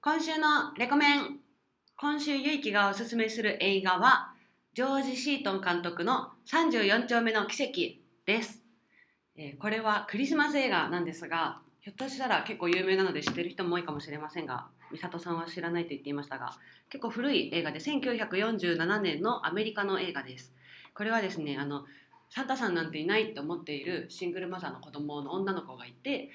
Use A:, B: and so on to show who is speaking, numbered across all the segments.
A: 今週のレコメン今週ゆいきがおすすめする映画はジョージ・シートン監督の34丁目の奇跡です、えーこれはクリスマス映画なんですがひょっとしたら結構有名なので知ってる人も多いかもしれませんが美里さんは知らないと言っていましたが結構古い映画で1947年のアメリカの映画ですこれはですねあのサンタさんなんていないと思っているシングルマザーの子供の女の子がいて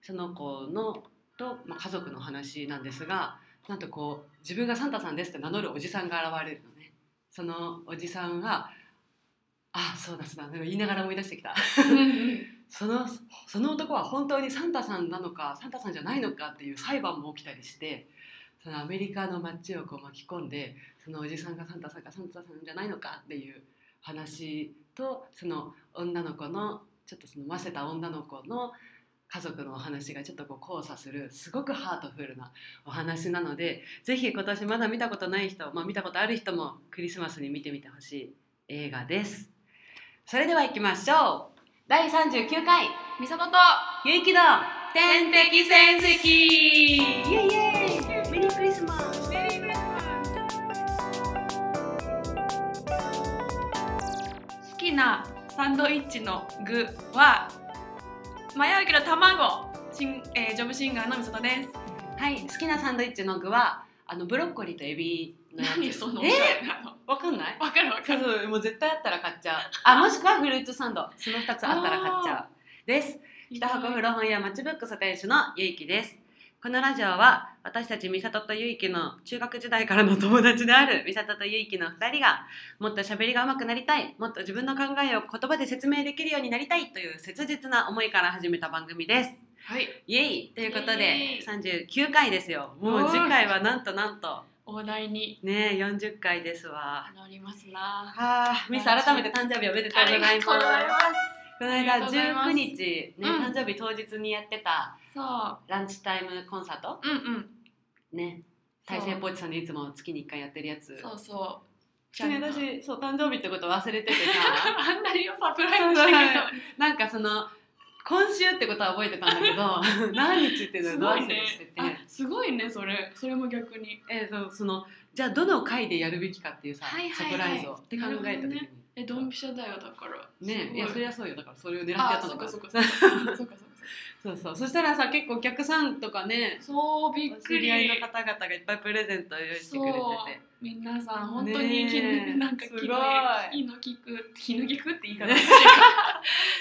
A: その子のと、まあ、家族の話なんですがなんとこう自分がサンタさんですって名乗るおじさんが現れるのねそのおじさんが「あそうだそうだ」なんか言いながら思い出してきたそのその男は本当にサンタさんなのかサンタさんじゃないのかっていう裁判も起きたりしてそのアメリカの街をこう巻き込んでそのおじさんがサンタさんかサンタさんじゃないのかっていう話とその女の子のちょっとその混ぜた女の子の家族のお話がちょっとこう交差するすごくハートフルなお話なのでぜひ今年まだ見たことない人、まあ、見たことある人もクリスマスに見てみてほしい映画ですそれでは行きましょう第39回
B: みさとと
A: ゆいきの天敵戦績イエイエイメリークリスマス
B: 好きなサンドイッチの具は迷うけど卵シン、えージョブシンガーのみさとです
A: はい好きなサンドイッチの具はあのブロッコリーとエビのやつ
B: 何そのおしゃ
A: え
B: れなの
A: わかんない
B: わかるわか
A: そう
B: る
A: そうもう絶対あったら買っちゃうあもしくはフルーツサンドその2つあったら買っちゃうです北箱古本屋マッチブックス店主のゆいきですこのラジオは私たち美里とゆいきの中学時代からの友達である美里とゆいきの2人がもっと喋りが上手くなりたいもっと自分の考えを言葉で説明できるようになりたいという切実な思いから始めた番組です
B: はい
A: イエイということ
B: イエ
A: で
B: イ
A: 39回ですよもう次回はなんとなんと
B: お題に
A: ねえ40回ですわ
B: なりますな
A: はあミス改めて誕生日おめでとうございますこの
B: ありがと
A: 間
B: うございます
A: 19日ね、
B: うん
A: 誕生日当日にやってた
B: そ
A: ランチタイムコンサート
B: ううんうん
A: ね
B: そう
A: 大成ポーチさんでいつも月に1回やってるやつ
B: そうそう
A: 普通に 私そう誕生日ってこと忘れててさ
B: あんなにサプライズしてく
A: なんかその今週ってことは覚えてたんだけ ど何日って
B: れ
A: い
B: たのす
A: うのを
B: ごい
A: 忘
B: ね
A: れしてて、
B: あすごいねそれそれも逆に
A: えーそうそのじゃあどの回でやるべきかっていうさ、
B: はいはいはい
A: サプライズをって考えた時に
B: なるほどえドンピシャだよだから
A: ね
B: すご
A: いやそりゃそうよだからそれを狙ってや
B: あ
A: った
B: そ
A: の
B: う
A: か
B: かそうかそうかそうかそうか
A: そうそうそしたらさ結構お客さんとかね
B: そうびっ
A: お
B: く
A: 知
B: り
A: り合いの方々がいっぱいプレゼントを用意してくれてて
B: 皆さん本
A: ねえ
B: 当に気になんか気
A: す
B: の
A: ごい
B: 気の利く気の利くって言い方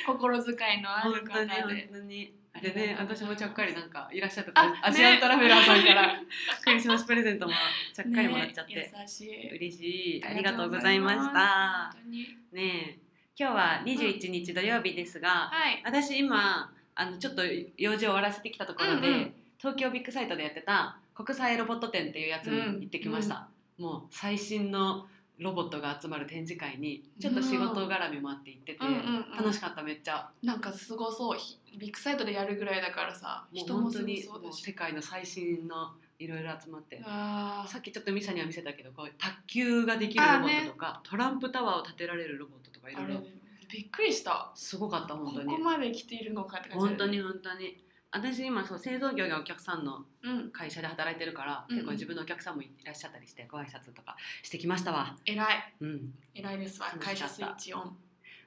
B: 心遣いのあ
A: 本
B: る
A: 当に
B: 方
A: 本
B: で
A: 当に
B: あり
A: で
B: がと
A: ね
B: うございます
A: 私もちゃっかりなんかいらっしゃった
B: あ
A: アジアントラベラーさんから、
B: ね
A: クリスマスプレゼントもちゃっかりもらっちゃって、
B: ねえ優しい
A: 嬉しいありがとうございました
B: 本当に
A: ねえ今日は21日土曜日ですが、
B: はい
A: 私今あのちょっと用事を終わらせてきたところで、
B: うんうん
A: 東京ビッグサイトでやってた国際ロボット展っていうやつに行ってきました、もう最新のロボットが集まる展示会にちょっと仕事絡みもあって行ってて、
B: うんうんうん
A: 楽しかっためっちゃ
B: なんかすごそうひビッグサイトでやるぐらいだからさ
A: もう
B: 人
A: 本
B: も
A: 当
B: すご
A: に
B: そう
A: も
B: だ
A: う
B: し
A: 世界の最新のいろいろ集まって
B: うわー
A: さっきちょっとミサには見せたけどこう卓球ができるロボットとか、トランプタワーを建てられるロボットとかいろ
B: あ
A: い
B: れ
A: ろ
B: びっくりした
A: すごかった
B: こ
A: 本当に
B: こまで来ているのかって感じ
A: 本当に本当に私今そう製造業がお客さんの
B: うん
A: 会社で働いてるから、
B: うんうん
A: 結構自分のお客さんもいらっしゃったりしてご挨拶とかしてきましたわ、
B: 偉い
A: うん、
B: 偉いですわ
A: 楽しかった
B: 会社スイッチオン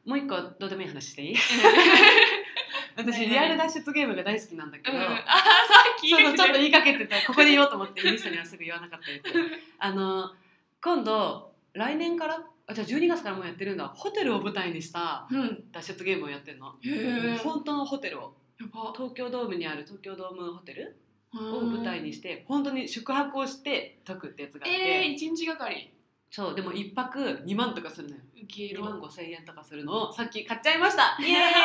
A: もう一個どうでもいい話して いい
B: は
A: 私
B: い
A: リアル脱出ゲームが大好きなんだけ
B: う
A: ど、
B: ん、あーさっき
A: そうそうちょっ と言いかけてたここで言おうと思ってミスにはすぐ言わなかったやつあの今度来年からあじゃあ12月からもうやってるんだホテルを舞台にした
B: うん
A: 脱出ゲームをやってるの
B: へえや
A: 本当のホテルを
B: ば
A: 東京ドームにある東京ドームホテルを
B: を
A: 舞台にして本当に宿泊をして解くってやつがあって、
B: えー、一日がかり
A: そうでも1泊2万とかするのよ
B: 受け
A: 2
B: る
A: 万5千円とかするのをさっき買っちゃいましたイエー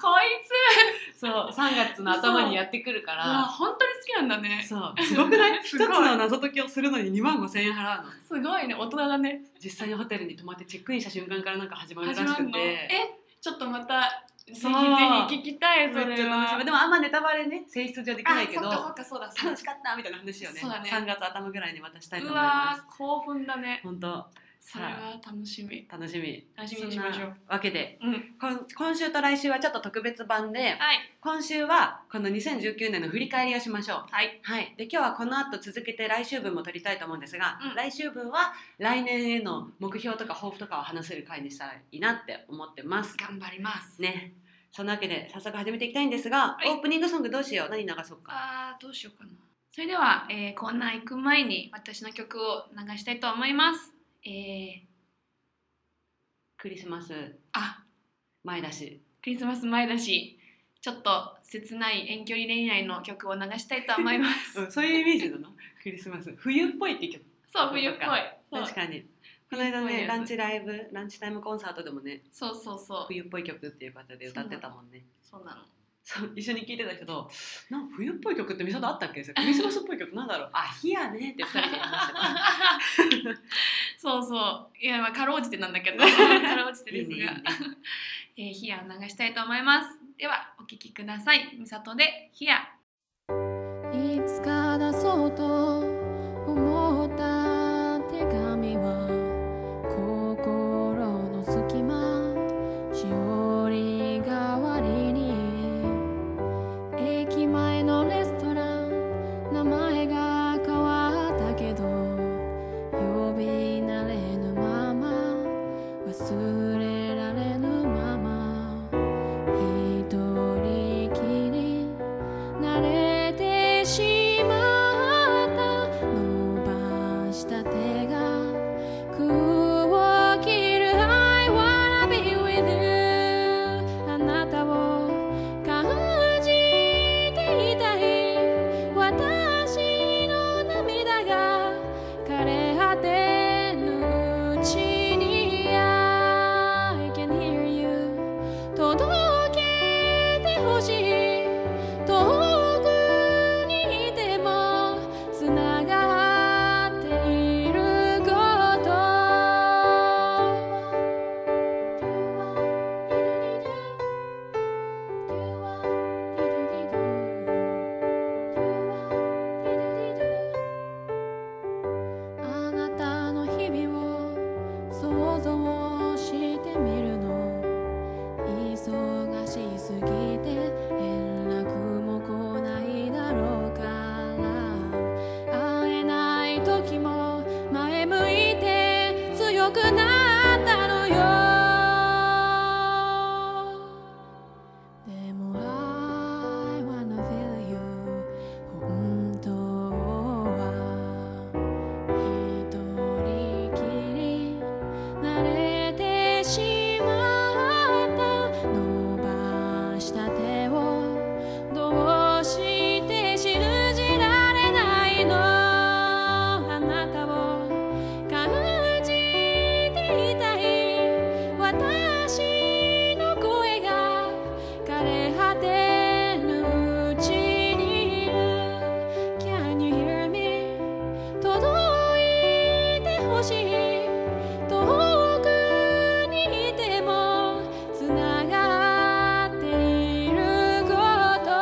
B: こい
A: イ
B: つ
A: そう3月の頭にやってくるか
B: あ
A: ら
B: 本当に好きなんだね
A: そうすごくない一
B: す
A: つ
B: ごい
A: の謎解きをするのに2万5千円払うの
B: すごいね大人だね
A: 実際にホテルに泊まってチェックインした瞬間からなんか始まるら
B: 始
A: し
B: ま
A: く
B: るのえ
A: て
B: ちょっとまたぜひぜ
A: そう
B: ひ聞きたいそれは
A: めっちゃ楽しみでもあんまネタバレね性質上できないけど
B: あそっかそっかそうだそうだ
A: 楽しかったみたいな話をね
B: そうだね
A: 3月頭ぐらいにまたしたいと
B: う
A: 思います
B: わー興奮だね
A: 本当
B: それは楽しみ
A: 楽しみ
B: 楽しみにしまし
A: そ
B: ょう
A: んなわけで
B: うん
A: こん今週と来週はちょっと特別版で
B: はい
A: 今週はこの2019年の振り返りをしましょう
B: はい
A: はい、で今日はこの後続けて来週分も取りたいと思うんですが、
B: うん
A: 来週分は来年への目標とか抱負とかを話せる回にしたらいいなって思ってます。
B: 頑張ります
A: ね、そんなわけで早速始めていきたいんですが、
B: はい
A: オープニングソングどうしよう何流そうか。
B: あーどうしようかなそれでは、えー、コーナー行く前に私の曲を流したいと思いますえー、
A: クリスマス
B: あ
A: 前だし。
B: クリスマス前だしちょっと切ない遠距離恋愛の曲を流したいと思います
A: うん、そういうイメージなの クリスマス冬っぽいって曲
B: そう冬っぽいそう
A: 確かにこの間
B: 冬っぽい
A: ね
B: やつ
A: ランチライブランチタイムコンサートでもね
B: そうそうそう
A: 冬っぽい曲っていう方で歌ってたもんね
B: そうなの
A: そう一緒に聴いてた人と「なんか冬っぽい曲ってミサトあったっけ?」クリスマスっぽい曲なんだろう?」 「あ火やね」って二人で話してた
B: そうそういやまあかろうじてなん だけどかろうじてです
A: いいねいい
B: が
A: ね
B: えー、ヒアを流したいと思いますではお聴きくださいみさとでヒア
C: いつか出そうと思った手紙は心の隙間しおり代わりに駅前のレストラン名前が変わったけど呼び慣れぬまま忘れられぬまま一人きり慣れてしまった伸ばした手が空を切る I wanna be with you あなたを感じていたい私の涙が枯れ果てぬうちに I can hear you 届けてほしい遠くにいてもつながっていることあなたの日々を想像してみるの忙しすぎて連絡も来ないだろうから会えない時も前向いて強くなったのよでも I wanna feel you 本当は一人きり慣れてしまった伸ばした手をどうして信じられないのあなたを感じていたい私の声が枯れ果てぬうちに Can you hear me 届いてほしい遠くにいてもつながっていること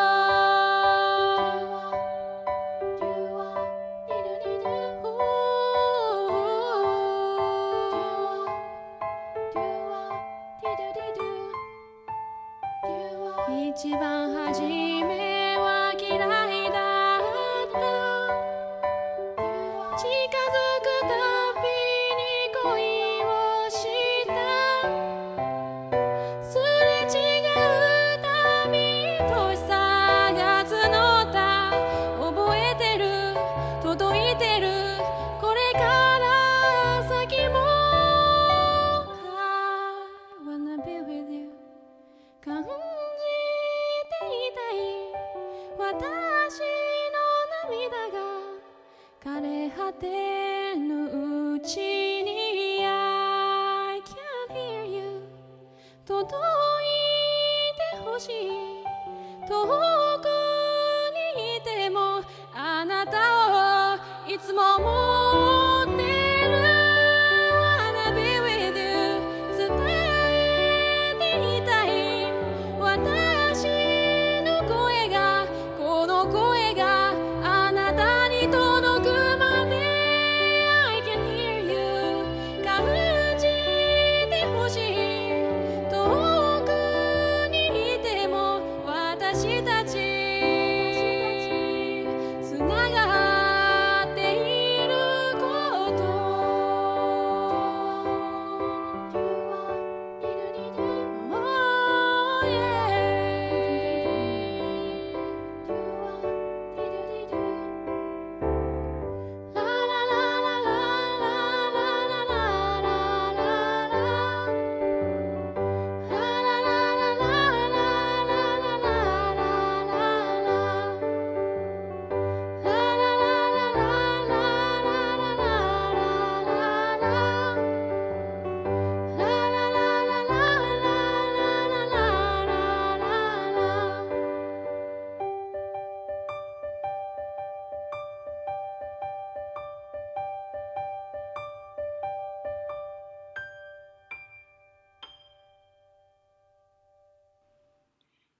C: 一番初めは嫌いだった近づくたびに恋をしたすれ違うたびとしさが募った覚えてる届いてるこれから先も I wanna be with you 感じていたい私の涙が枯れ果てぬうちに I can hear you 届いてほしい遠くにいてもあなたをいつも思ってる Wanna be with you 伝えていたい私の声がこの声があなたに届くまで I can hear you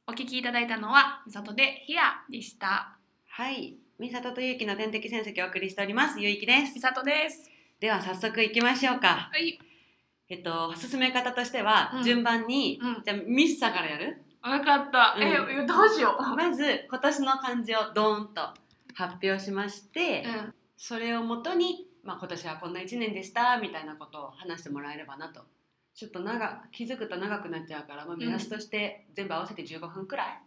B: お聞きいただいたのは、みさとでヒアでした。
A: はい、美里とゆうきの天敵戦績をお送りしております。ゆういきです
B: み。さとです。
A: では早速行きましょうか。
B: はい。
A: えっと進め方としては、
B: うん
A: 順番に、
B: うん
A: じゃあミッサからやる。
B: あよかった。え、
A: う
B: どうしよう。
A: まず今年の漢字をドーンと発表しまして、
B: うん。
A: それをもとに、まあ、今年はこんな1年でしたみたいなことを話してもらえればなとちょっと長気づくと長くなっちゃうから、まあ、目安として全部合わせて15分くらい、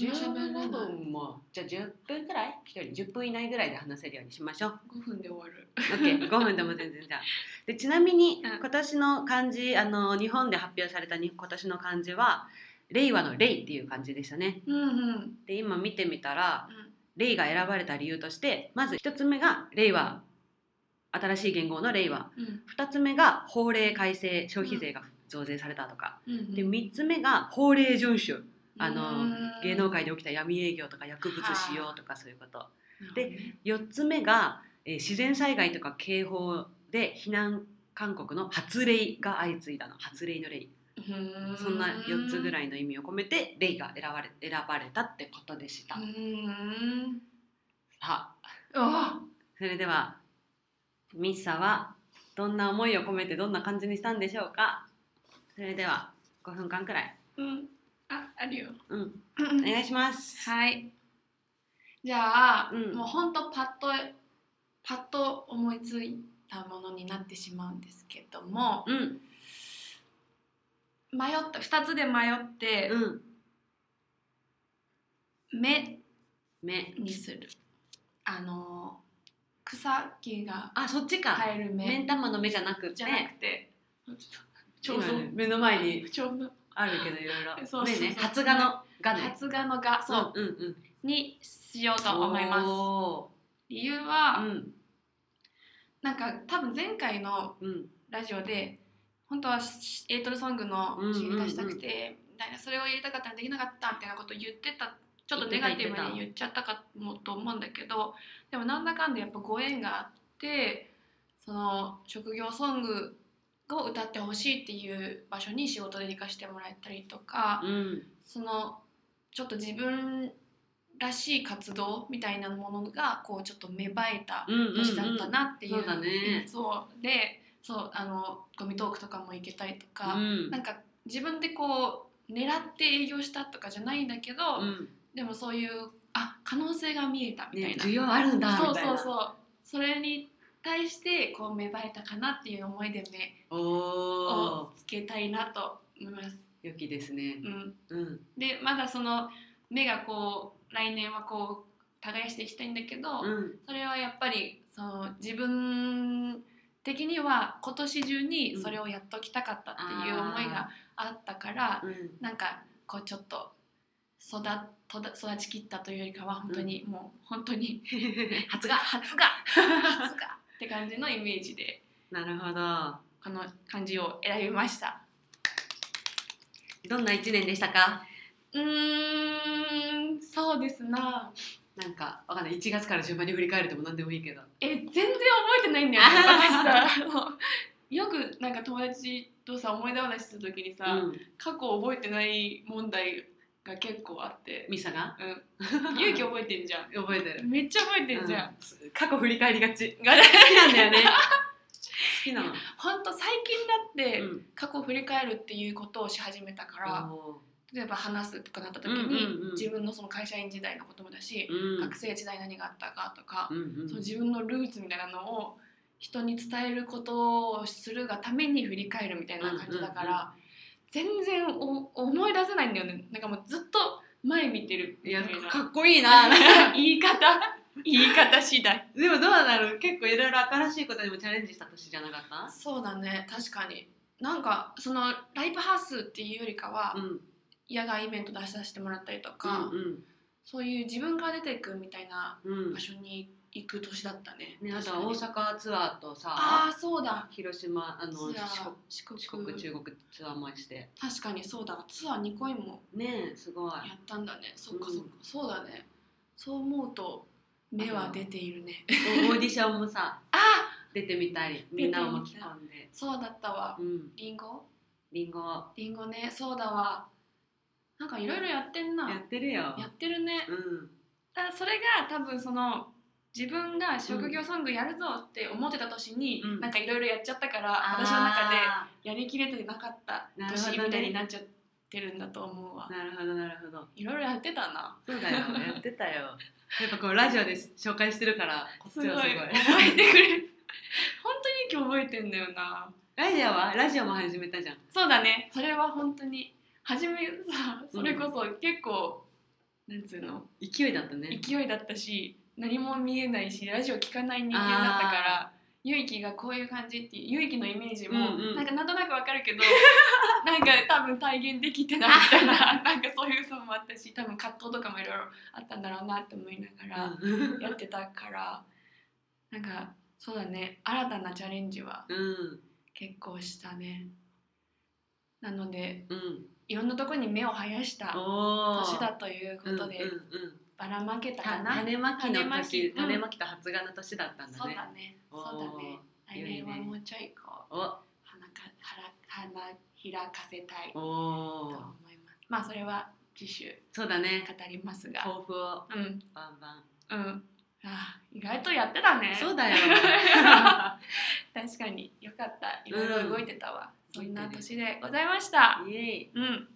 A: 15分もじゃあ10分くらい1人10分以内ぐらいで話せるようにしましょう
B: 5分で終わる。
A: OK5 分でも全然じゃあでちなみに
B: うん
A: 今年の漢字あの日本で発表されたに今年の漢字は令和の令っていう漢字でしたね
B: うんうん。
A: で今見てみたらレイが選ばれた理由としてまず1つ目が令和新しい元号の令和
B: うん。
A: 2つ目が法令改正消費税が増税されたとか、
B: うん。
A: で3つ目が法令遵守あの
B: の
A: 芸能界で起きた闇営業とか薬物使用とかそういうことで
B: で、
A: 4つ目が、えー自然災害とか警報で避難勧告の発令が相次いだの発令の令そんな4つぐ
B: い。
A: らいの意味を込めて令が選ばれ選ばれたってことでした、
B: う
A: さ
B: ーん。
A: あ
B: あ
A: それではミッサはどんな思いを込めてどんな感じにしたんでしょうかそれでは5分間くらい
B: うん。あ、あるよ。
A: うんお願いします
B: はい。じゃあ、
A: うん
B: もう本当パッとパッと思いついたものになってしまうんですけども、
A: うん
B: 迷った二つで迷って、
A: うん
B: 目
A: 目
B: にする。あの草木が
A: あそっちか、
B: 生える
A: 目ん
B: 目
A: 玉の目じゃなくて
B: じゃなくて、ちょう
A: 今ね目の前に
B: どちょうど
A: あるけどいろいろ
B: そうそうそう
A: 目ね発芽のがね
B: 発芽のがそう、
A: うんうん
B: にしようと思います。
A: お
B: 理由
A: ー
B: は、
A: うん
B: なんか多分前回の
A: うん
B: ラジオで本当はしエイトルソングの
A: うんうんうん
B: CD 出したくてみたいなそれを入れたかったのにできなかったみたいなこと言ってたちょっとネガティブに言っちゃったかもと思うんだけどでもなんだかんだやっぱご縁があってその職業ソングを歌ってほしいっていう場所に仕事で行かしてもらったりとか
A: うん
B: そのちょっと自分らしい活動みたいなものがこうちょっと芽生えた
A: うんうん
B: 年だったなっていう,、
A: うんうんそうだね
B: そうでそうあのゴミトークとかも行けたりとか、
A: うん
B: なんか自分でこう狙って営業したとかじゃないんだけど、
A: うん
B: でもそういうあ可能性が見えたみたい
A: ね
B: な、
A: 需要あるんだ
B: そう
A: みたい
B: そ
A: な
B: うそうそれに対してこう芽生えたかなっていう思いで目
A: お
B: をつけたいなと思います。
A: ー良きですね
B: うん
A: うん
B: でまだその目がこう来年はこう耕していきたいんだけど、
A: うん
B: それはやっぱりその自分的には今年中にそれをやっときたかったっていう思いがあったから、
A: うん
B: なんかこうちょっと育とだ育ちきったというよりかは本当に、もう本当に
A: 発
B: が 発が発がって感じのイメージで
A: なるほど
B: この漢字を選びました。
A: どんな一年でしたか
B: うーんそうですな
A: なんかわかんない1月から順番に振り返るでも何でもいいけど
B: え全然覚えてないんだよ ね私さもうよくなんか友達とさ思い出話するときにさ、
A: うん
B: 過去覚えてない問題が結構 あって、
A: ミサが
B: うん、勇気覚えてんじゃ
A: 覚えてる
B: んめっちゃ覚えてんじゃん、
A: うん過去振り返りがち
B: がね
A: 好きなんだよね好きなの
B: ほんと最近だって、
A: うん
B: 過去振り返るっていうことをし始めたから、
A: お
B: 例えば話すとかなった時に、
A: うんうんうん
B: 自分のその会社員時代のこともだし
A: ー、うん
B: 学生時代何があったかとか、
A: うんうん
B: そう自分のルーツみたいなのを人に伝えることをするがために振り返るみたいな感じだから、全然お思い出せないんだよねなんかもうずっと前見てる
A: いや
B: みた
A: かっこいいな
B: 言い方言い方次第
A: でもどうなる結構いろいろ新しいことにもチャレンジした年じゃなかっ
B: そうだね確かになんかそのライブハウスっていうよりかは
A: た、うん
B: 野外イベント出させてもらったりとか、
A: うん
B: そういう自分から出ていくみたいな
A: うんうん
B: 場所に行く年だったね
A: ねあと
B: 確
A: は
B: かに
A: 大阪ツアーと
B: あ
A: さ
B: あそうだ
A: 広島あの
B: ツアー
A: 四国
B: 四
A: 四国中国ツアーもして
B: 確かにそうだツアー2回も
A: ねえすごい
B: やったんだねそっか
A: うん
B: そっか、そうだねそう思うと目は出てい るね
A: オーディションもさ
B: あ
A: 出てみ たりみんなを巻き込んで
B: そうだったわ
A: うん
B: リンゴ
A: リンゴ
B: リンゴねそうだわなんかいろいろやってんな
A: やってるよ
B: やってるね
A: うん
B: だからそれが多分その自分が職業ソングやるぞって思ってた年に、
A: うん
B: なんかいろいろやっちゃったから、私の中で
A: あ
B: やりきれてなかった
A: なるほど
B: 年
A: ね
B: みたいになっちゃってるんだと思うわ
A: ーなるほどなるほど
B: いろいろやってたな
A: そうだよやってたよやっぱこうラジオで紹介してるからこっち
B: すご
A: はいすごい
B: 覚えてくれる本当に今日覚えてんだよな
A: ラジオはラジオも始めたじゃん
B: そうだねそれは本当に初めさそれこそ結構、なんつうの
A: 勢いだったね
B: 勢いだったし何も見えないしラジオ聞かない人間だったからゆいきがこういう感じっていうゆいきのイメージも、
A: うんうん
B: なんかなんとなくわかるけ どなんか多分体現できてないみたい ななんかそういうさもあったし多分葛藤とかもいろいろあったんだろうなって思いなが
A: うん
B: らやってたから、なんかそうだね新たなチャレンジは
A: うん
B: 結構したね。なので
A: うん
B: いろんなとこに目を生やした
A: おお
B: 年だということで、
A: うんうんうん
B: ばらまけたかな、
A: 種まきの
B: 種まき
A: 年
B: うん
A: 種まきと発芽の年だったんだ
B: そう
A: ね
B: だねそ
A: おー
B: うだね来年はもうちょいこう
A: お
B: 花か花花開かせたいと
A: お
B: 思い
A: ー
B: ますまあそれは次週
A: そうだ
B: 語
A: ね
B: りますが
A: 抱負を
B: うんうん
A: バンバン
B: あー意外とやってたね
A: そうだよ
B: 確かによかったいろいろ動いてたわ、
A: うん
B: そんな年でございました、
A: イエイ
B: うん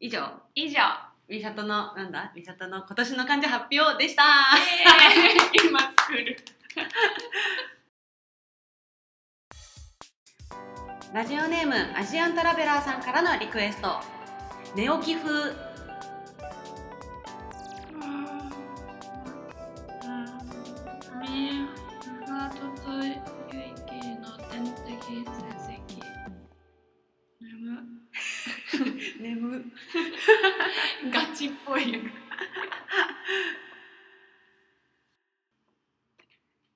A: 以上
B: 以上、
A: みさとのなんだみさとの今年の漢字発表でした
B: えー、 今作る
A: ラジオネームアジアントラベラーさんからのリクエスト寝起き風
B: ミーハートとゆいきの天敵成績眠
A: 眠
B: ガチっぽいよ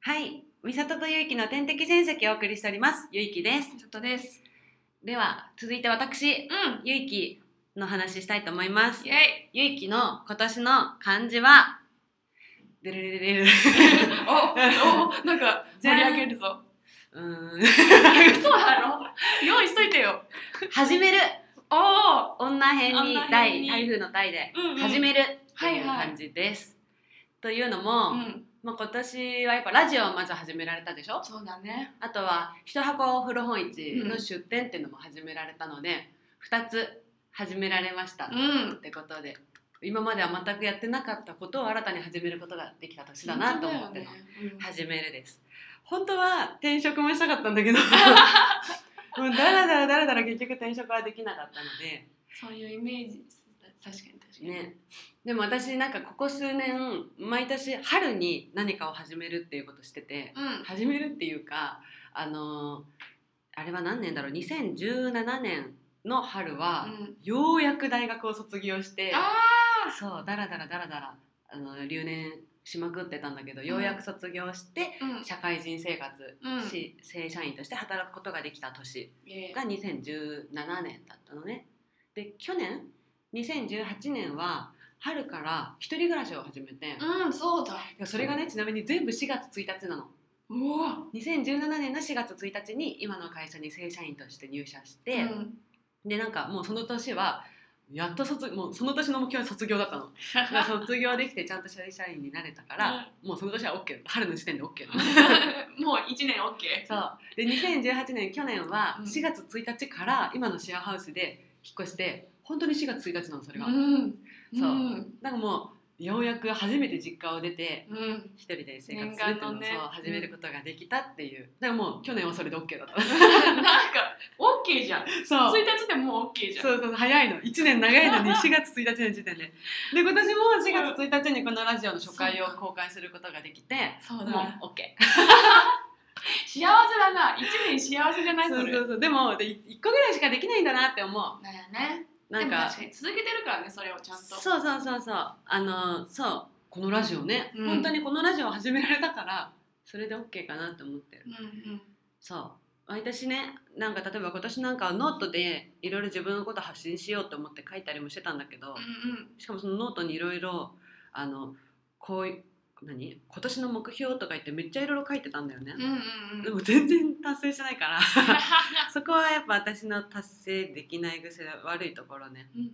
A: はいみさととゆいきの天敵戦績をお送りしておりますゆいきです
B: ちょっとです
A: では続いて私
B: うん
A: ゆいきの話したいと思います
B: イエイ
A: ゆいきの今年の漢字はでれれれれ
B: おおなんか
A: じ
B: 盛
A: ゃん
B: り上げるぞ
A: うーん
B: 嘘だろ用意しといてよ
A: 始める
B: おお
A: 女編に
B: 女編
A: 大
B: に
A: 台風の台で
B: うんうん
A: 始めるって
B: はいいうはい
A: 感じです、というのも、
B: うん
A: まあ、今年はやっぱラジオをまず始められたでしょ
B: そうだね
A: あとは一箱古本市の出店っていうのも始められたので、二2つ始められました、
B: う
A: っ
B: ん
A: てことで今までは全くやってなかったことを新たに始めることができた年だなと思っての、
B: 本当だよね
A: 始めるです本当は転職もしたかったんだ けどもうだらだらだらだら結局転職はできなかったので
B: うんそういうイメージ確かに確かに
A: ねでも私なんかここ数年毎年春に何かを始めるっていうことしてて
B: うん
A: 始めるっていうかあのーあれは何年だろう2017年の春は、
B: うん
A: ようやく大学を卒業して
B: あ
A: そうだらだらだらだらあの留年しまくってたんだけどようやく卒業して、
B: ーうん
A: 社会人生活
B: うん
A: し正社員として働くことができた年
B: イエイ
A: が2017年だったのね。で去年2018年は春から一人暮らしを始めて、い
B: うんそうだ
A: やそれがねちなみに全部4月1日なの。
B: うわ
A: 2017年の4月1日に今の会社に正社員として入社し
B: う
A: て、
B: ん、
A: でなんかもうその年はやっと卒もうその年の目標は卒業だ ったの。だから卒業できてちゃんと正社員になれたから、もうその年は OK 春の時点で OK なの。
B: もう1年 OK
A: そうで2018年去年は
B: うん
A: 4月1日から今のシェアハウスで引っ越して本当に4月1日なのそれが、
B: うん
A: そう
B: うん
A: なんかもうようやく初めて実家を出て
B: うん、
A: 一人で生活するっていうのを
B: 念願のね
A: そう始めることができたっていうだからもう去年はそれで OK だった
B: なんか OK じゃん1
A: そう
B: 日でもう OK じゃん
A: そうそう早いの1年長いの に4月1日の時点でで今年も4月1日にこのラジオの初回を公開することができて
B: そう
A: もう
B: だね
A: OK
B: 幸せだな1年幸せじゃないそ
A: そう
B: れ
A: そうそうでもで1個ぐらいしかできないんだなって思う
B: だよね
A: な
B: で
A: ん
B: も
A: か
B: 確かに続けてるからねそれをちゃんと
A: そうそうそうそうあのそうこのラジオね、
B: うん
A: 本当にこのラジオを始められたからそれで OK かなと思ってる
B: うんうん
A: そう私ねなんか例えば今年なんかはノートでいろいろ自分のこと発信しようと思って書いたりもしてたんだけど、
B: うん
A: しかもそのノートにいろいろあのこういう何今年の目標とか言ってめっちゃいろいろ書いてたんだよね
B: うん、うんうん
A: でも全然達成してない からそこはやっぱ私の達成できない癖悪いところね
B: うんうん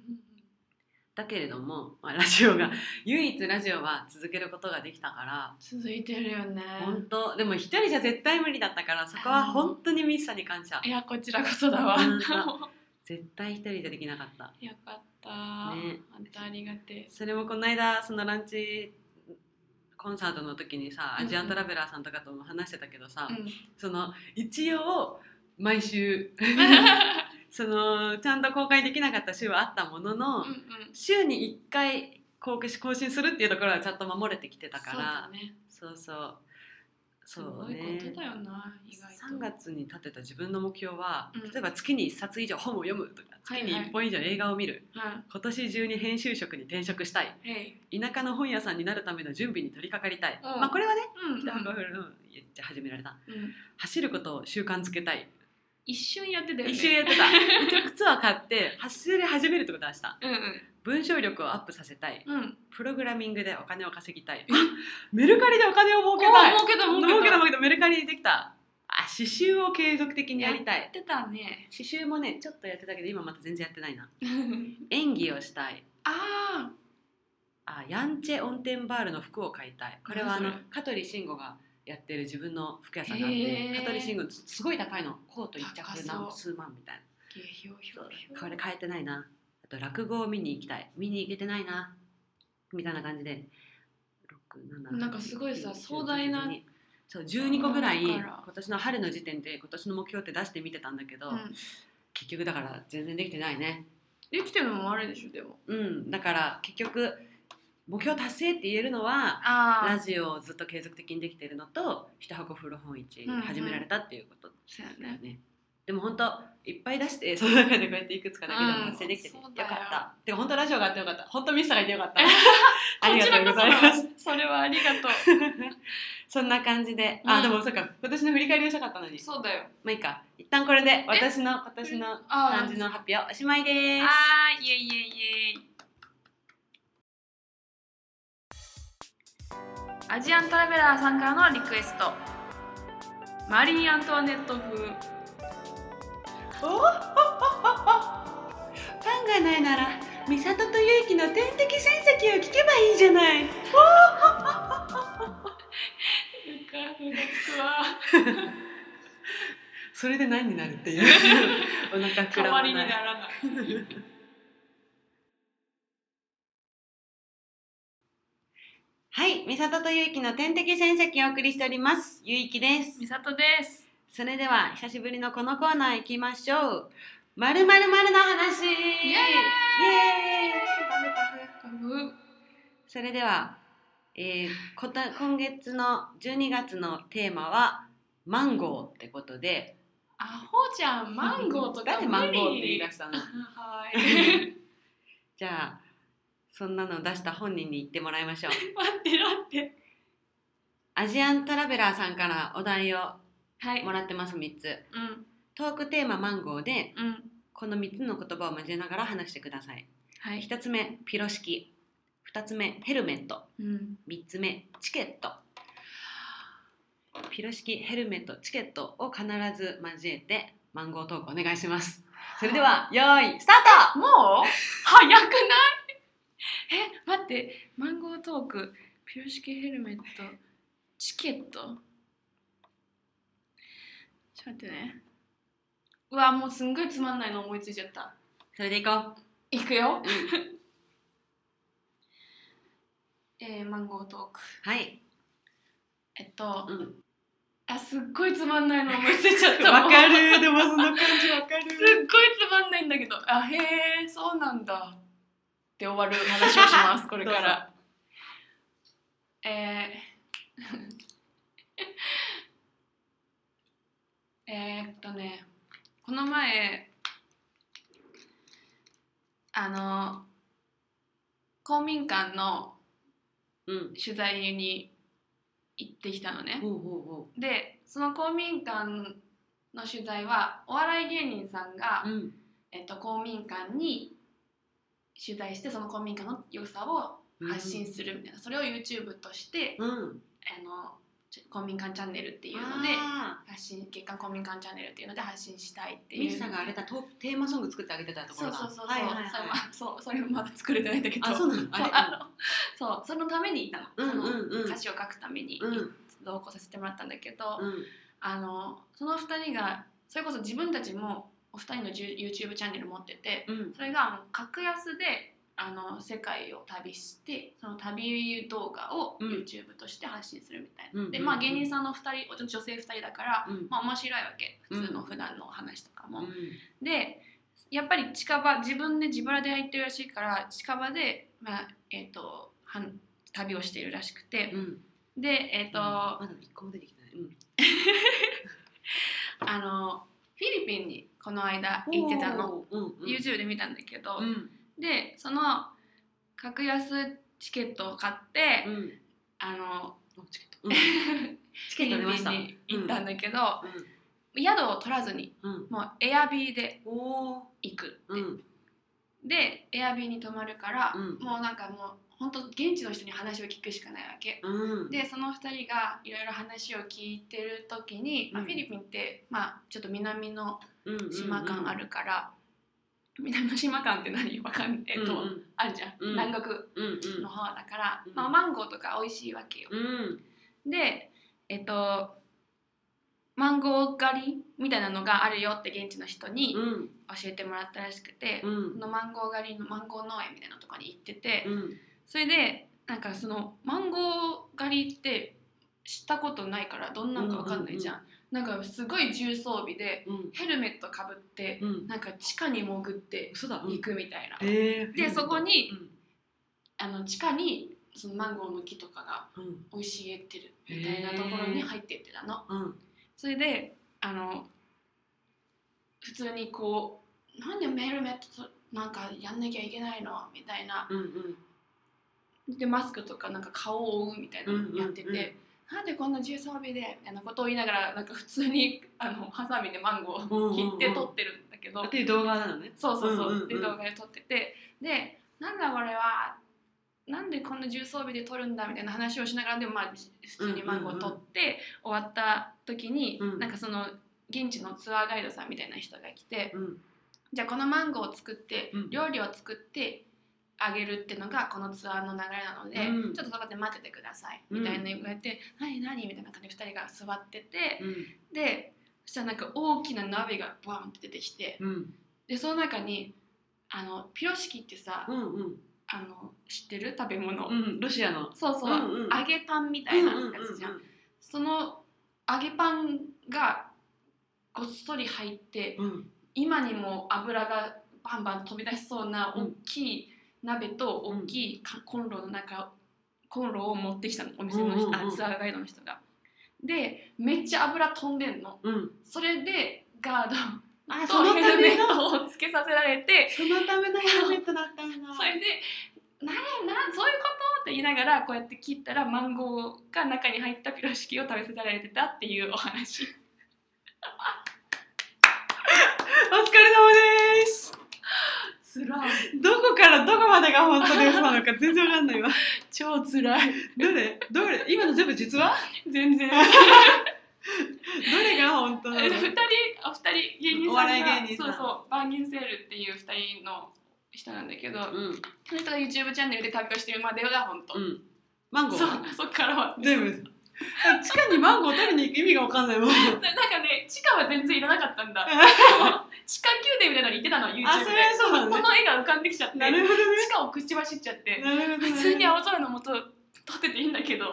A: だけれども、まあ、ラジオが唯一ラジオは続けることができたから
B: 続いてるよね
A: 本当でも一人じゃ絶対無理だったからそこは本当にミッサに感謝
B: いやこちらこそだわ
A: うん
B: よ
A: 絶対一人じゃできなかった
B: かった、
A: ね
B: 本当ありがてえ
A: それもこの間そのランチコンサートの時にさアジアントラベラーさんとかとも話してたけどさ、
B: うん
A: その一応毎週 そのちゃんと公開できなかった週はあったものの、
B: うんうん
A: 週に1回更新更新するっていうところはちゃんと守れてきてたか
B: そうだ
A: ら
B: ね
A: そう,、そう
B: す
A: そう
B: ごい
A: ね
B: ことだよな意外と
A: 3月に立てた自分の目標は、
B: うん
A: 例えば月に1冊以上本を読むとか
B: はい
A: 月
B: はい
A: に1本以上映画を見る、
B: うん
A: 今年中に編集職に転職したい
B: えい
A: 田舎の本屋さんになるための準備に取り掛かりたい、
B: うん
A: まあこれはね、
B: うんうん
A: 北半球の言って始められた
B: うん
A: 走ることを習慣づけたい
B: 一瞬やってたよね
A: 一瞬やってた靴は買 って走り始めるってことはした
B: うん
A: 文章力をアップさせたい
B: うんうん
A: プログラミングでお金を稼ぎたい メルカリでお金を儲けたい
B: おー儲けた儲けた
A: 儲けた儲けたメルカリでできたあ刺繍を継続的にやりた
B: や
A: い
B: ってた ね
A: 刺繍もねちょっとやってたけど今また全然やってないな演技をしたい
B: あ
A: あヤンチェオンテンバールの服を買いたいこれはあの
B: 何そ
A: 香取慎吾がやってる自分の服屋さんがあっ
B: へ
A: て
B: ー
A: 香取慎吾すごい高いのコート一
B: 高
A: 着
B: そう
A: で何数万みたいな
B: あ下ひょうひょうひょう
A: これ変えてないなあと落語を見に行きたい見に行けてないなみたいな感じで6 7
B: なんかすごいさ
A: 8 9
B: 壮大な
A: 12そう12個ぐらい
B: だから
A: 今年の春の時点で今年の目標って出してみてたんだけど、
B: うん
A: 結局だから全然できてないね
B: できてるのもあるでしょでも
A: うんだから結局目標達成って言えるのは
B: あ
A: ラジオをずっと継続的にできてるのと一箱古本市
B: うんうん
A: 始められたっていうこと
B: そうや
A: だよ
B: ね
A: ね。でも本当いっぱい出して その中でこうやっていくつかだけでも達成できてて、
B: うん
A: よ
B: そうだ
A: か
B: よ
A: った。でも本当ラジオがあってよかった。本当ミスターがいてよかった。あ
B: こ
A: り
B: ち
A: がと
B: ら
A: うご
B: こそ
A: ざいま
B: だ
A: す。
B: それはありがと
A: そんな感じで、
B: う
A: あ
B: ん
A: でもそっか今年の振り返りをしたかったのに
B: う、そうだよ
A: まあいいか。一旦これで私の今年の
B: あー
A: 感じの発表おしまいです。
B: あーイエイイエイイエイアジアントラベラーさんからのリクエストマリー・アントワネット風
A: パンがないなら美里と結城の天敵戦績を聞けばいいじゃない。それで何になる っていうお腹膨
B: 代
A: らま
B: わ
A: な
B: り
A: い
B: にならない
A: はい、美里と結城の天敵戦績をお送りしております。ゆいきです
B: 美。里です
A: それでは久しぶりのこのコーナー行きましょう。まるまるまるの話。イエーイ。
B: イエーイ
A: それでは、えー、こた今月の12月のテーマはマンゴーってことで。
B: アホじゃんマンゴーとか
A: 誰マンゴーって言い出
B: し
A: したの。
B: はい
A: じゃあそんなの出した本人に言ってもらいましょう。
B: 待って待って
A: アジアントラベラーさんからお題を
B: はい
A: もらってます3つ。
B: うん
A: トークテーママンゴーで
B: うん
A: この3つの言葉を交えながら話してください。
B: はい
A: 1つ目ピロシキ2つ目ヘルメット
B: うん
A: 3つ目チケットピロシキヘルメットチケットを必ず交えてマンゴートークお願いしますそれではよーいスタート
B: もう早くない え待ってマンゴートークピロシキヘルメットチケットちょっと待ってねうわもうすんごいつまんないの思いついちゃった
A: それでいこう
B: いくよ えー、マンゴートーク
A: はい、
B: えっと
A: うん、
B: あすっごいつまんないの思いついちゃった
A: わか
B: もう
A: るでもその感じわか
B: すっ
A: る
B: ごいつまんないんだけどあへえそうなんだって終わる話をしますこれからえー、 えーっとねこの前あの公民館の
A: うん
B: 取材に行ってきたのね、
A: ほうほ
B: でその公民館の取材はお笑い芸人さんが、
A: うほううん
B: えっと、公民館に取材してその公民館の良さを発信するみたいな、それを YouTube として、
A: うん
B: あのち公民館チャンネルっていうので
A: あ
B: 発信月間公民館チャンネルっていうので発信したいって
A: ー
B: いう
A: ミキさんがあれだトークテーマソング作ってあげてたとこ
B: そ
A: ろ
B: う
A: だ
B: そうそうそう、
A: はいはいはい
B: それはそうそれもまだ作れてないんだけど
A: あそうな のあれ
B: そうあのそうそのためにいたの,、
A: うんうん
B: その
A: うん
B: 歌詞を書くために
A: うんうん
B: 同行させてもらったんだけど、あのその2人がそれこそ自分たちもお二人のじゅ YouTube チャンネル持ってて
A: うん
B: それがあの格安であの世界を旅してその旅動画を
A: うん
B: YouTube として発信するみたいな、
A: うん
B: で、
A: うん
B: まあ、芸人さんの2人女性2人だから、
A: うん
B: まあ、面白いわけ普通の
A: うん
B: 普段の話とかも。
A: うん
B: でやっぱり近場自分で自腹でやってるらしいから近場で、まあえっとはん旅をしているらしくて、
A: うん
B: でえっ、と、
A: まだ一個も出てきてないうん
B: あのフィリピンにこの間行ってたの、
A: うんうん
B: YouTube で見たんだけど、
A: うん
B: でその格安チケットを買って、
A: うん
B: あ の
A: おチケットうんチケット出ました
B: フィリピンに行ったんだけど、
A: うん
B: 宿を取らずに
A: うん
B: もうエアビーで
A: おー
B: 行くって、
A: うん
B: でエアビーに泊まるから、
A: うん
B: もうなんかもう本当現地の人に話を聞くしかないわけ。
A: うん
B: でその2人がいろいろ話を聞いてる時に、まあ
A: うん
B: フィリピンって、まあ、ちょっと南の
A: うんうんうん
B: 島感あるから、南の島感って何わかんない、えっと
A: うんうん
B: あるじゃん、
A: うん
B: 南国
A: うん
B: の方だから、
A: うん
B: まあ、マンゴーとか美味しいわけよ、
A: うんうん
B: でえっとマンゴー狩りみたいなのがあるよって現地の人に
A: うん
B: 教えてもらったらしくて、
A: うん
B: そのマンゴー狩りのマンゴー農園みたいなとこに行ってて、
A: うん
B: それでなんかそのマンゴー狩りってしたことないからどんなんかわかんないじゃん,、なんかすごい重装備で
A: うん
B: ヘルメットかぶって
A: うん
B: なんか地下に潜って
A: 嘘だうん
B: 行くみたいな、
A: へー
B: でそこに
A: うん
B: あの地下にそのマンゴーの木とかが
A: うん
B: 生い茂ってるみたいなところに入ってってたの
A: うん
B: それであの普通にこうなんでメールメットとなんかやんなきゃいけないのみたいな
A: うんうん
B: でマスクとかなんか顔を覆うみたいなのやってて、
A: うんうんうん
B: なんでこんな重装備でみたいなことを言いながらなんか普通にあのハサミでマンゴーを切って撮ってるんだけど、
A: っていう動画なのね
B: そうそうそう,、
A: うんうんうん
B: で動画で撮っててでなんだこれはなんでこんな重装備で撮るんだみたいな話をしながらでもまあじ普通にマンゴーを撮って、終わった時に、
A: うん
B: なんかその現地のツアーガイドさんみたいな人が来て、
A: うん
B: じゃあこのマンゴーを作って、
A: うん
B: 料理を作ってあげるってのがこのツアーの流れなので、
A: うん
B: ちょっとそこで待っててください
A: うん
B: みたいな言われて「何何?」みたいな感じで2人が座ってて
A: うん
B: でそしたらなんか大きな鍋がバーンって出てきて
A: うん
B: でその中にあのピロシキってさ、
A: うんうん
B: あの知ってる食べ物、
A: うんロシアの
B: そうそう、
A: うんうん
B: 揚げパンみたいなやつじゃん,、
A: うん
B: その揚げパンがごっそり入って
A: うんうん
B: 今にも油がバンバン飛び出しそうな
A: うん
B: 大きい鍋と大きいかコンロの中コンロを持ってきたのお店の人、
A: うんうんうん
B: あツアーガイドの人が。でめっちゃ油飛んでんの
A: うん
B: それでガード
A: あそ
B: と
A: の
B: ヘ
A: た
B: ルメ
A: め
B: ッ
A: の
B: トをつけさせられて
A: そのためのヘルメットだったんだ
B: それで「ななそういうこと?」って言いながらこうやって切ったらマンゴーが中に入ったピロシキを食べさせられてたっていう お話
A: お疲れ様です
B: つらい
A: どこからどこまでが本当に嘘なのか全然わかんないわ
B: 超つらい
A: どれどれ今の全部実は
B: 全然
A: どれが本当
B: 二
A: なの
B: 人お二人芸人さんが
A: お笑い芸人さん
B: そうそうバーニンセールっていう二人の人なんだけど、
A: うん
B: その人が YouTube チャンネルで旅をしてるまでが本当、
A: うんマンゴ
B: そう
A: ー
B: そっからは
A: 全部あ地下にマンゴー取りに行く意味がわかんないもん
B: ななんかね地下は全然いらなかったんだでも地下宮殿みたいなのに行ってたの
A: あそ
B: YouTube で
A: れはそうだね
B: この絵が浮かんできちゃって
A: なるほどね
B: 地下を口走っちゃって
A: なるほどね
B: 普通に青空のもと撮ってていいんだけど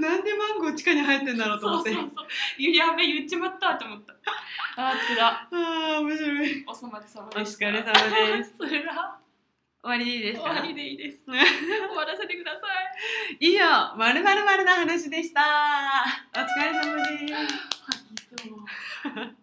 A: なんでマンゴー地下に入ってんだろうと思って
B: そうそうそうやべ言っちまったと思ったあーつら
A: ああ面白い
B: お粗末様
A: お
B: でした
A: 疲れ様です
B: つら
A: 終わりでいいで
B: 終
A: す
B: わ
A: か
B: りでいいです 終わらせてくださ
A: 以上まるまるまるな話でしたお疲れ様です
B: いそう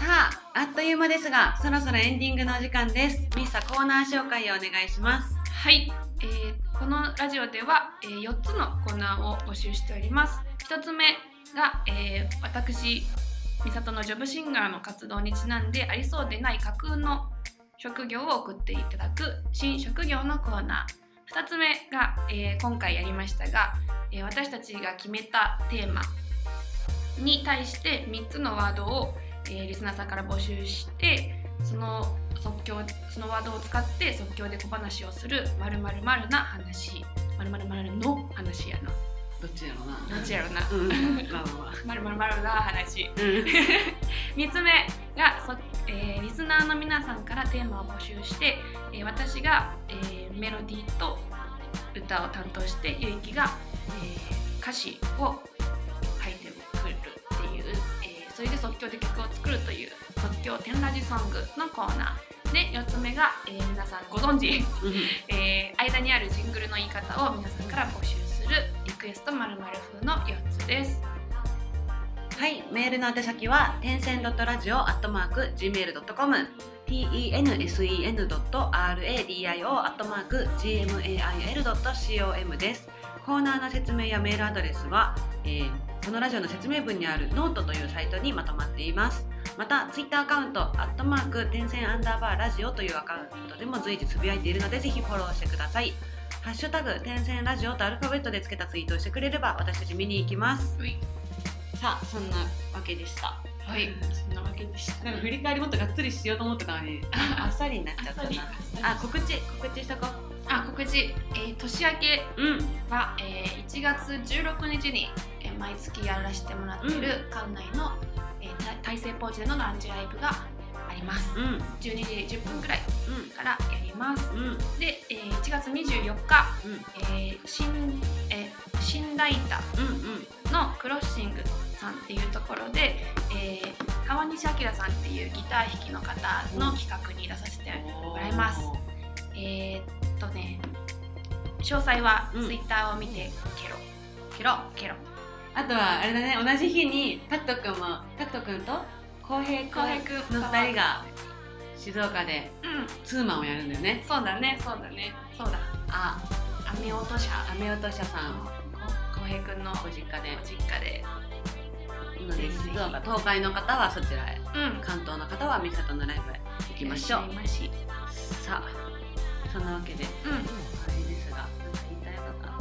A: さああっという間ですがそろそろエンディングのお時間ですミッサコーナー紹介をお願いします
B: はい、えーこのラジオでは、えー、4つのコーナーを募集しております。1つ目が、えー私美里のジョブシンガーの活動にちなんでありそうでない架空の職業を送っていただく新職業のコーナー2つ目が、えー今回やりましたが、えー私たちが決めたテーマに対して3つのワードを、えーリスナーさんから募集してその即興そのワードを使って即興で小話をするまるまるまるな話まるまるまるの話やな
A: どっちやろうな
B: どっちやろな
A: うんまあまあまあ
B: まるまるまるな話
A: うん
B: 3つ目がそ、えーリスナーの皆さんからテーマを募集して、えー私が、えーメロディーと歌を担当してゆいきが、えー歌詞を書いてくるっていう、えーそれで即興で曲を作るという即興天ラジソングのコーナーで4つ目が、えー皆さんご存知、
A: うん
B: えー間にあるジングルの言い方を皆さんから募集するリクエストまる風の4つです。
A: はい、メールの宛先は点線ドットラジオアットマーク gmail ドットコム、t e n s e n ドット r a d i o アットマーク g m a i l ドット c o m です。コーナーの説明やメールアドレスは、えーこのラジオの説明文にあるノートというサイトにまとまっています。また、ツイッターアカウント、アットマーク点線アンダーバーラジオというアカウントでも随時つぶやいているので、ぜひフォローしてください。ハッシュタグ、点線ラジオとアルファベットでつけたツイートをしてくれれば、私たち見に行きます。さあ、そんなわけでした。
B: はい、そんなわけでした。
A: なんか振り返りもっとがっつりしようと思ってたのにあっさりになっちゃったなあ告知告知しとこ
B: あ告知、えー年明け
A: ううん
B: は、えー1月16日に、えー毎月やらせてもらってる館内の、えーた大成ポーチでのランチライブがあります
A: うん
B: 12時10分くらいからやります
A: うんうん
B: で、えー1月
A: う
B: 24日、
A: ん
B: えー新えー新大田
A: うん
B: のクロッシングさんっていうところで、えー川西明さんっていうギター弾きの方の企画に出させて
A: うん
B: もらいますえーっとね詳細は
A: うん
B: ツイッターを見て、ケロケロケロ
A: あとはあれだね同じ日にタクト君もタクト君と浩平
B: 浩平
A: 君
B: くん
A: の2人が静岡で
B: うん
A: ツーマンをやるんだよね
B: そうだねそうだねそうだ
A: あ
B: 雨落としゃ
A: 雨落としゃさん
B: 浩平くんの
A: ご
B: ご
A: 実家で
B: 実家で
A: なので静岡東海の方はそちらへ
B: うん
A: 関東の方は美里のライブへ行きましょう
B: いらっゃいまし
A: さあそんなわけで
B: うん、
A: あれですが、なんか言いたいことあ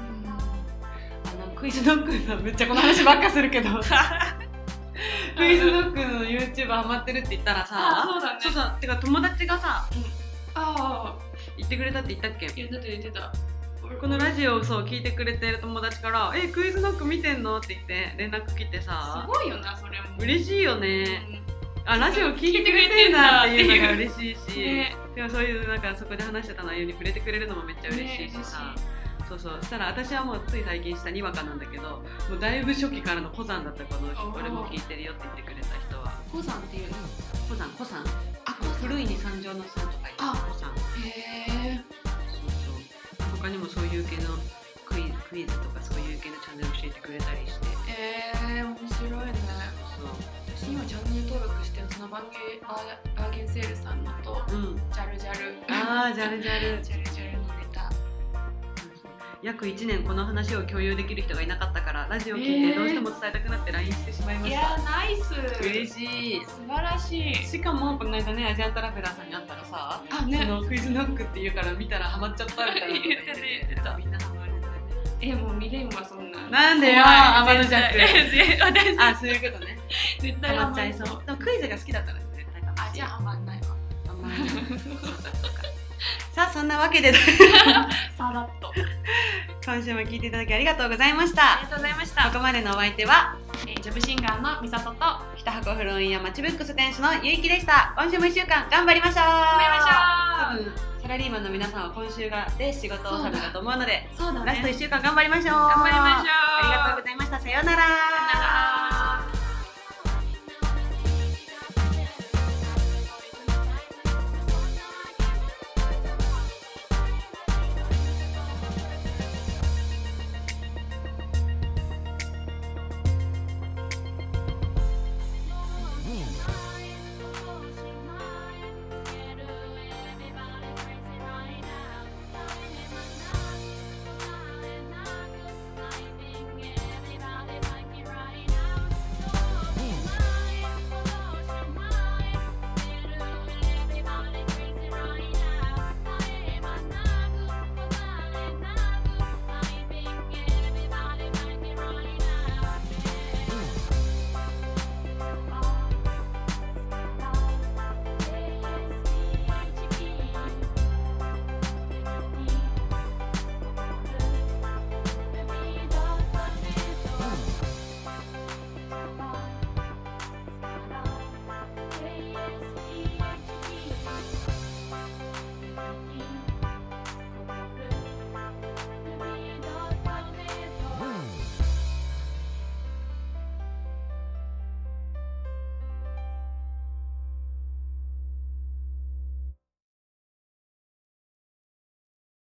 A: っ
B: うん
A: たあのクイズノックのめっちゃこの話ばっかするけど クイズノックの YouTube ハマってるって言ったら
B: あ
A: さ
B: そうだね
A: そうそうてか友達がさ
B: ああ
A: 言ってくれたって言ったっけ
B: 言ってた言ってた
A: このラジオをそう聞いてくれてる友達から「えクイズノック見てんの?」って言って連絡来て
B: す
A: さ
B: ごいよなそれも
A: 嬉
B: し
A: しいよ
B: い
A: ねあラジオ聞いてくれてんだっていうのが嬉しいし、
B: ね
A: でもそういうなんかそこで話してた内容に触れてくれるのもめっちゃ嬉しいしさ、
B: ね
A: そうそうそしたら私はもうつい最近したにわかなんだけどもうだいぶ初期からのコザンだったこの
B: おー
A: 俺も聞いてるよって言ってくれた人は
B: コザンっていうの
A: コザンコザン
B: あ
A: 古いに三条の三とか言って
B: あ
A: コザン
B: へえ
A: そうそう他にもそういう系のクイクイズとかそういう系のチャンネル教えてくれたりして
B: えー、面白いね
A: そ
B: 私今チャンネル登録してるそのバーゲンバーバーゲンセールさんのと
A: ううん
B: ジャルジャル
A: ああジャルジャル
B: ジャルジャルのネタ
A: 約1年この話を共有できる人がいなかったからラジオ聞いてどうしても伝えたくなって LINE してしまいました、
B: ナイス
A: 嬉しい
B: 素晴らしい
A: しかもこの間ねアジアントラベラーさんに会ったらさ、
B: あ
A: そ
B: ね
A: のクイズノックって言うから見たらハマっちゃったみたいなこと
B: 言ってた 言ってた
A: みんなハマるんだね
B: えもう見れんわそんな
A: なんでよ
B: 怖い
A: 天のジャック
B: 絶対私
A: あそういうことね
B: 絶
A: ハ
B: 対
A: マっちゃいそうでもクイズが好きだったら絶対楽しい
B: あじゃああんまんないわ
A: あんまりそうかそうかさあそんなわけで
B: さらっと
A: 今週も聞いていただきありがとうございまし
B: あり
A: た
B: がとうございまし
A: こ
B: た、
A: こまでのお相手は
B: えージョブシンガーのみさとと頑張
A: 北箱フロンやマッチブックス店主のゆいきでした今週も1週間頑張りましょう
B: りましょう
A: 多分サラリーマンの皆さんは今週がで仕事をされたと思うので
B: そうだね
A: ラスト1週間頑張りましょう
B: 頑張りましょう
A: ありがとうございました。さようなら。
B: さよなら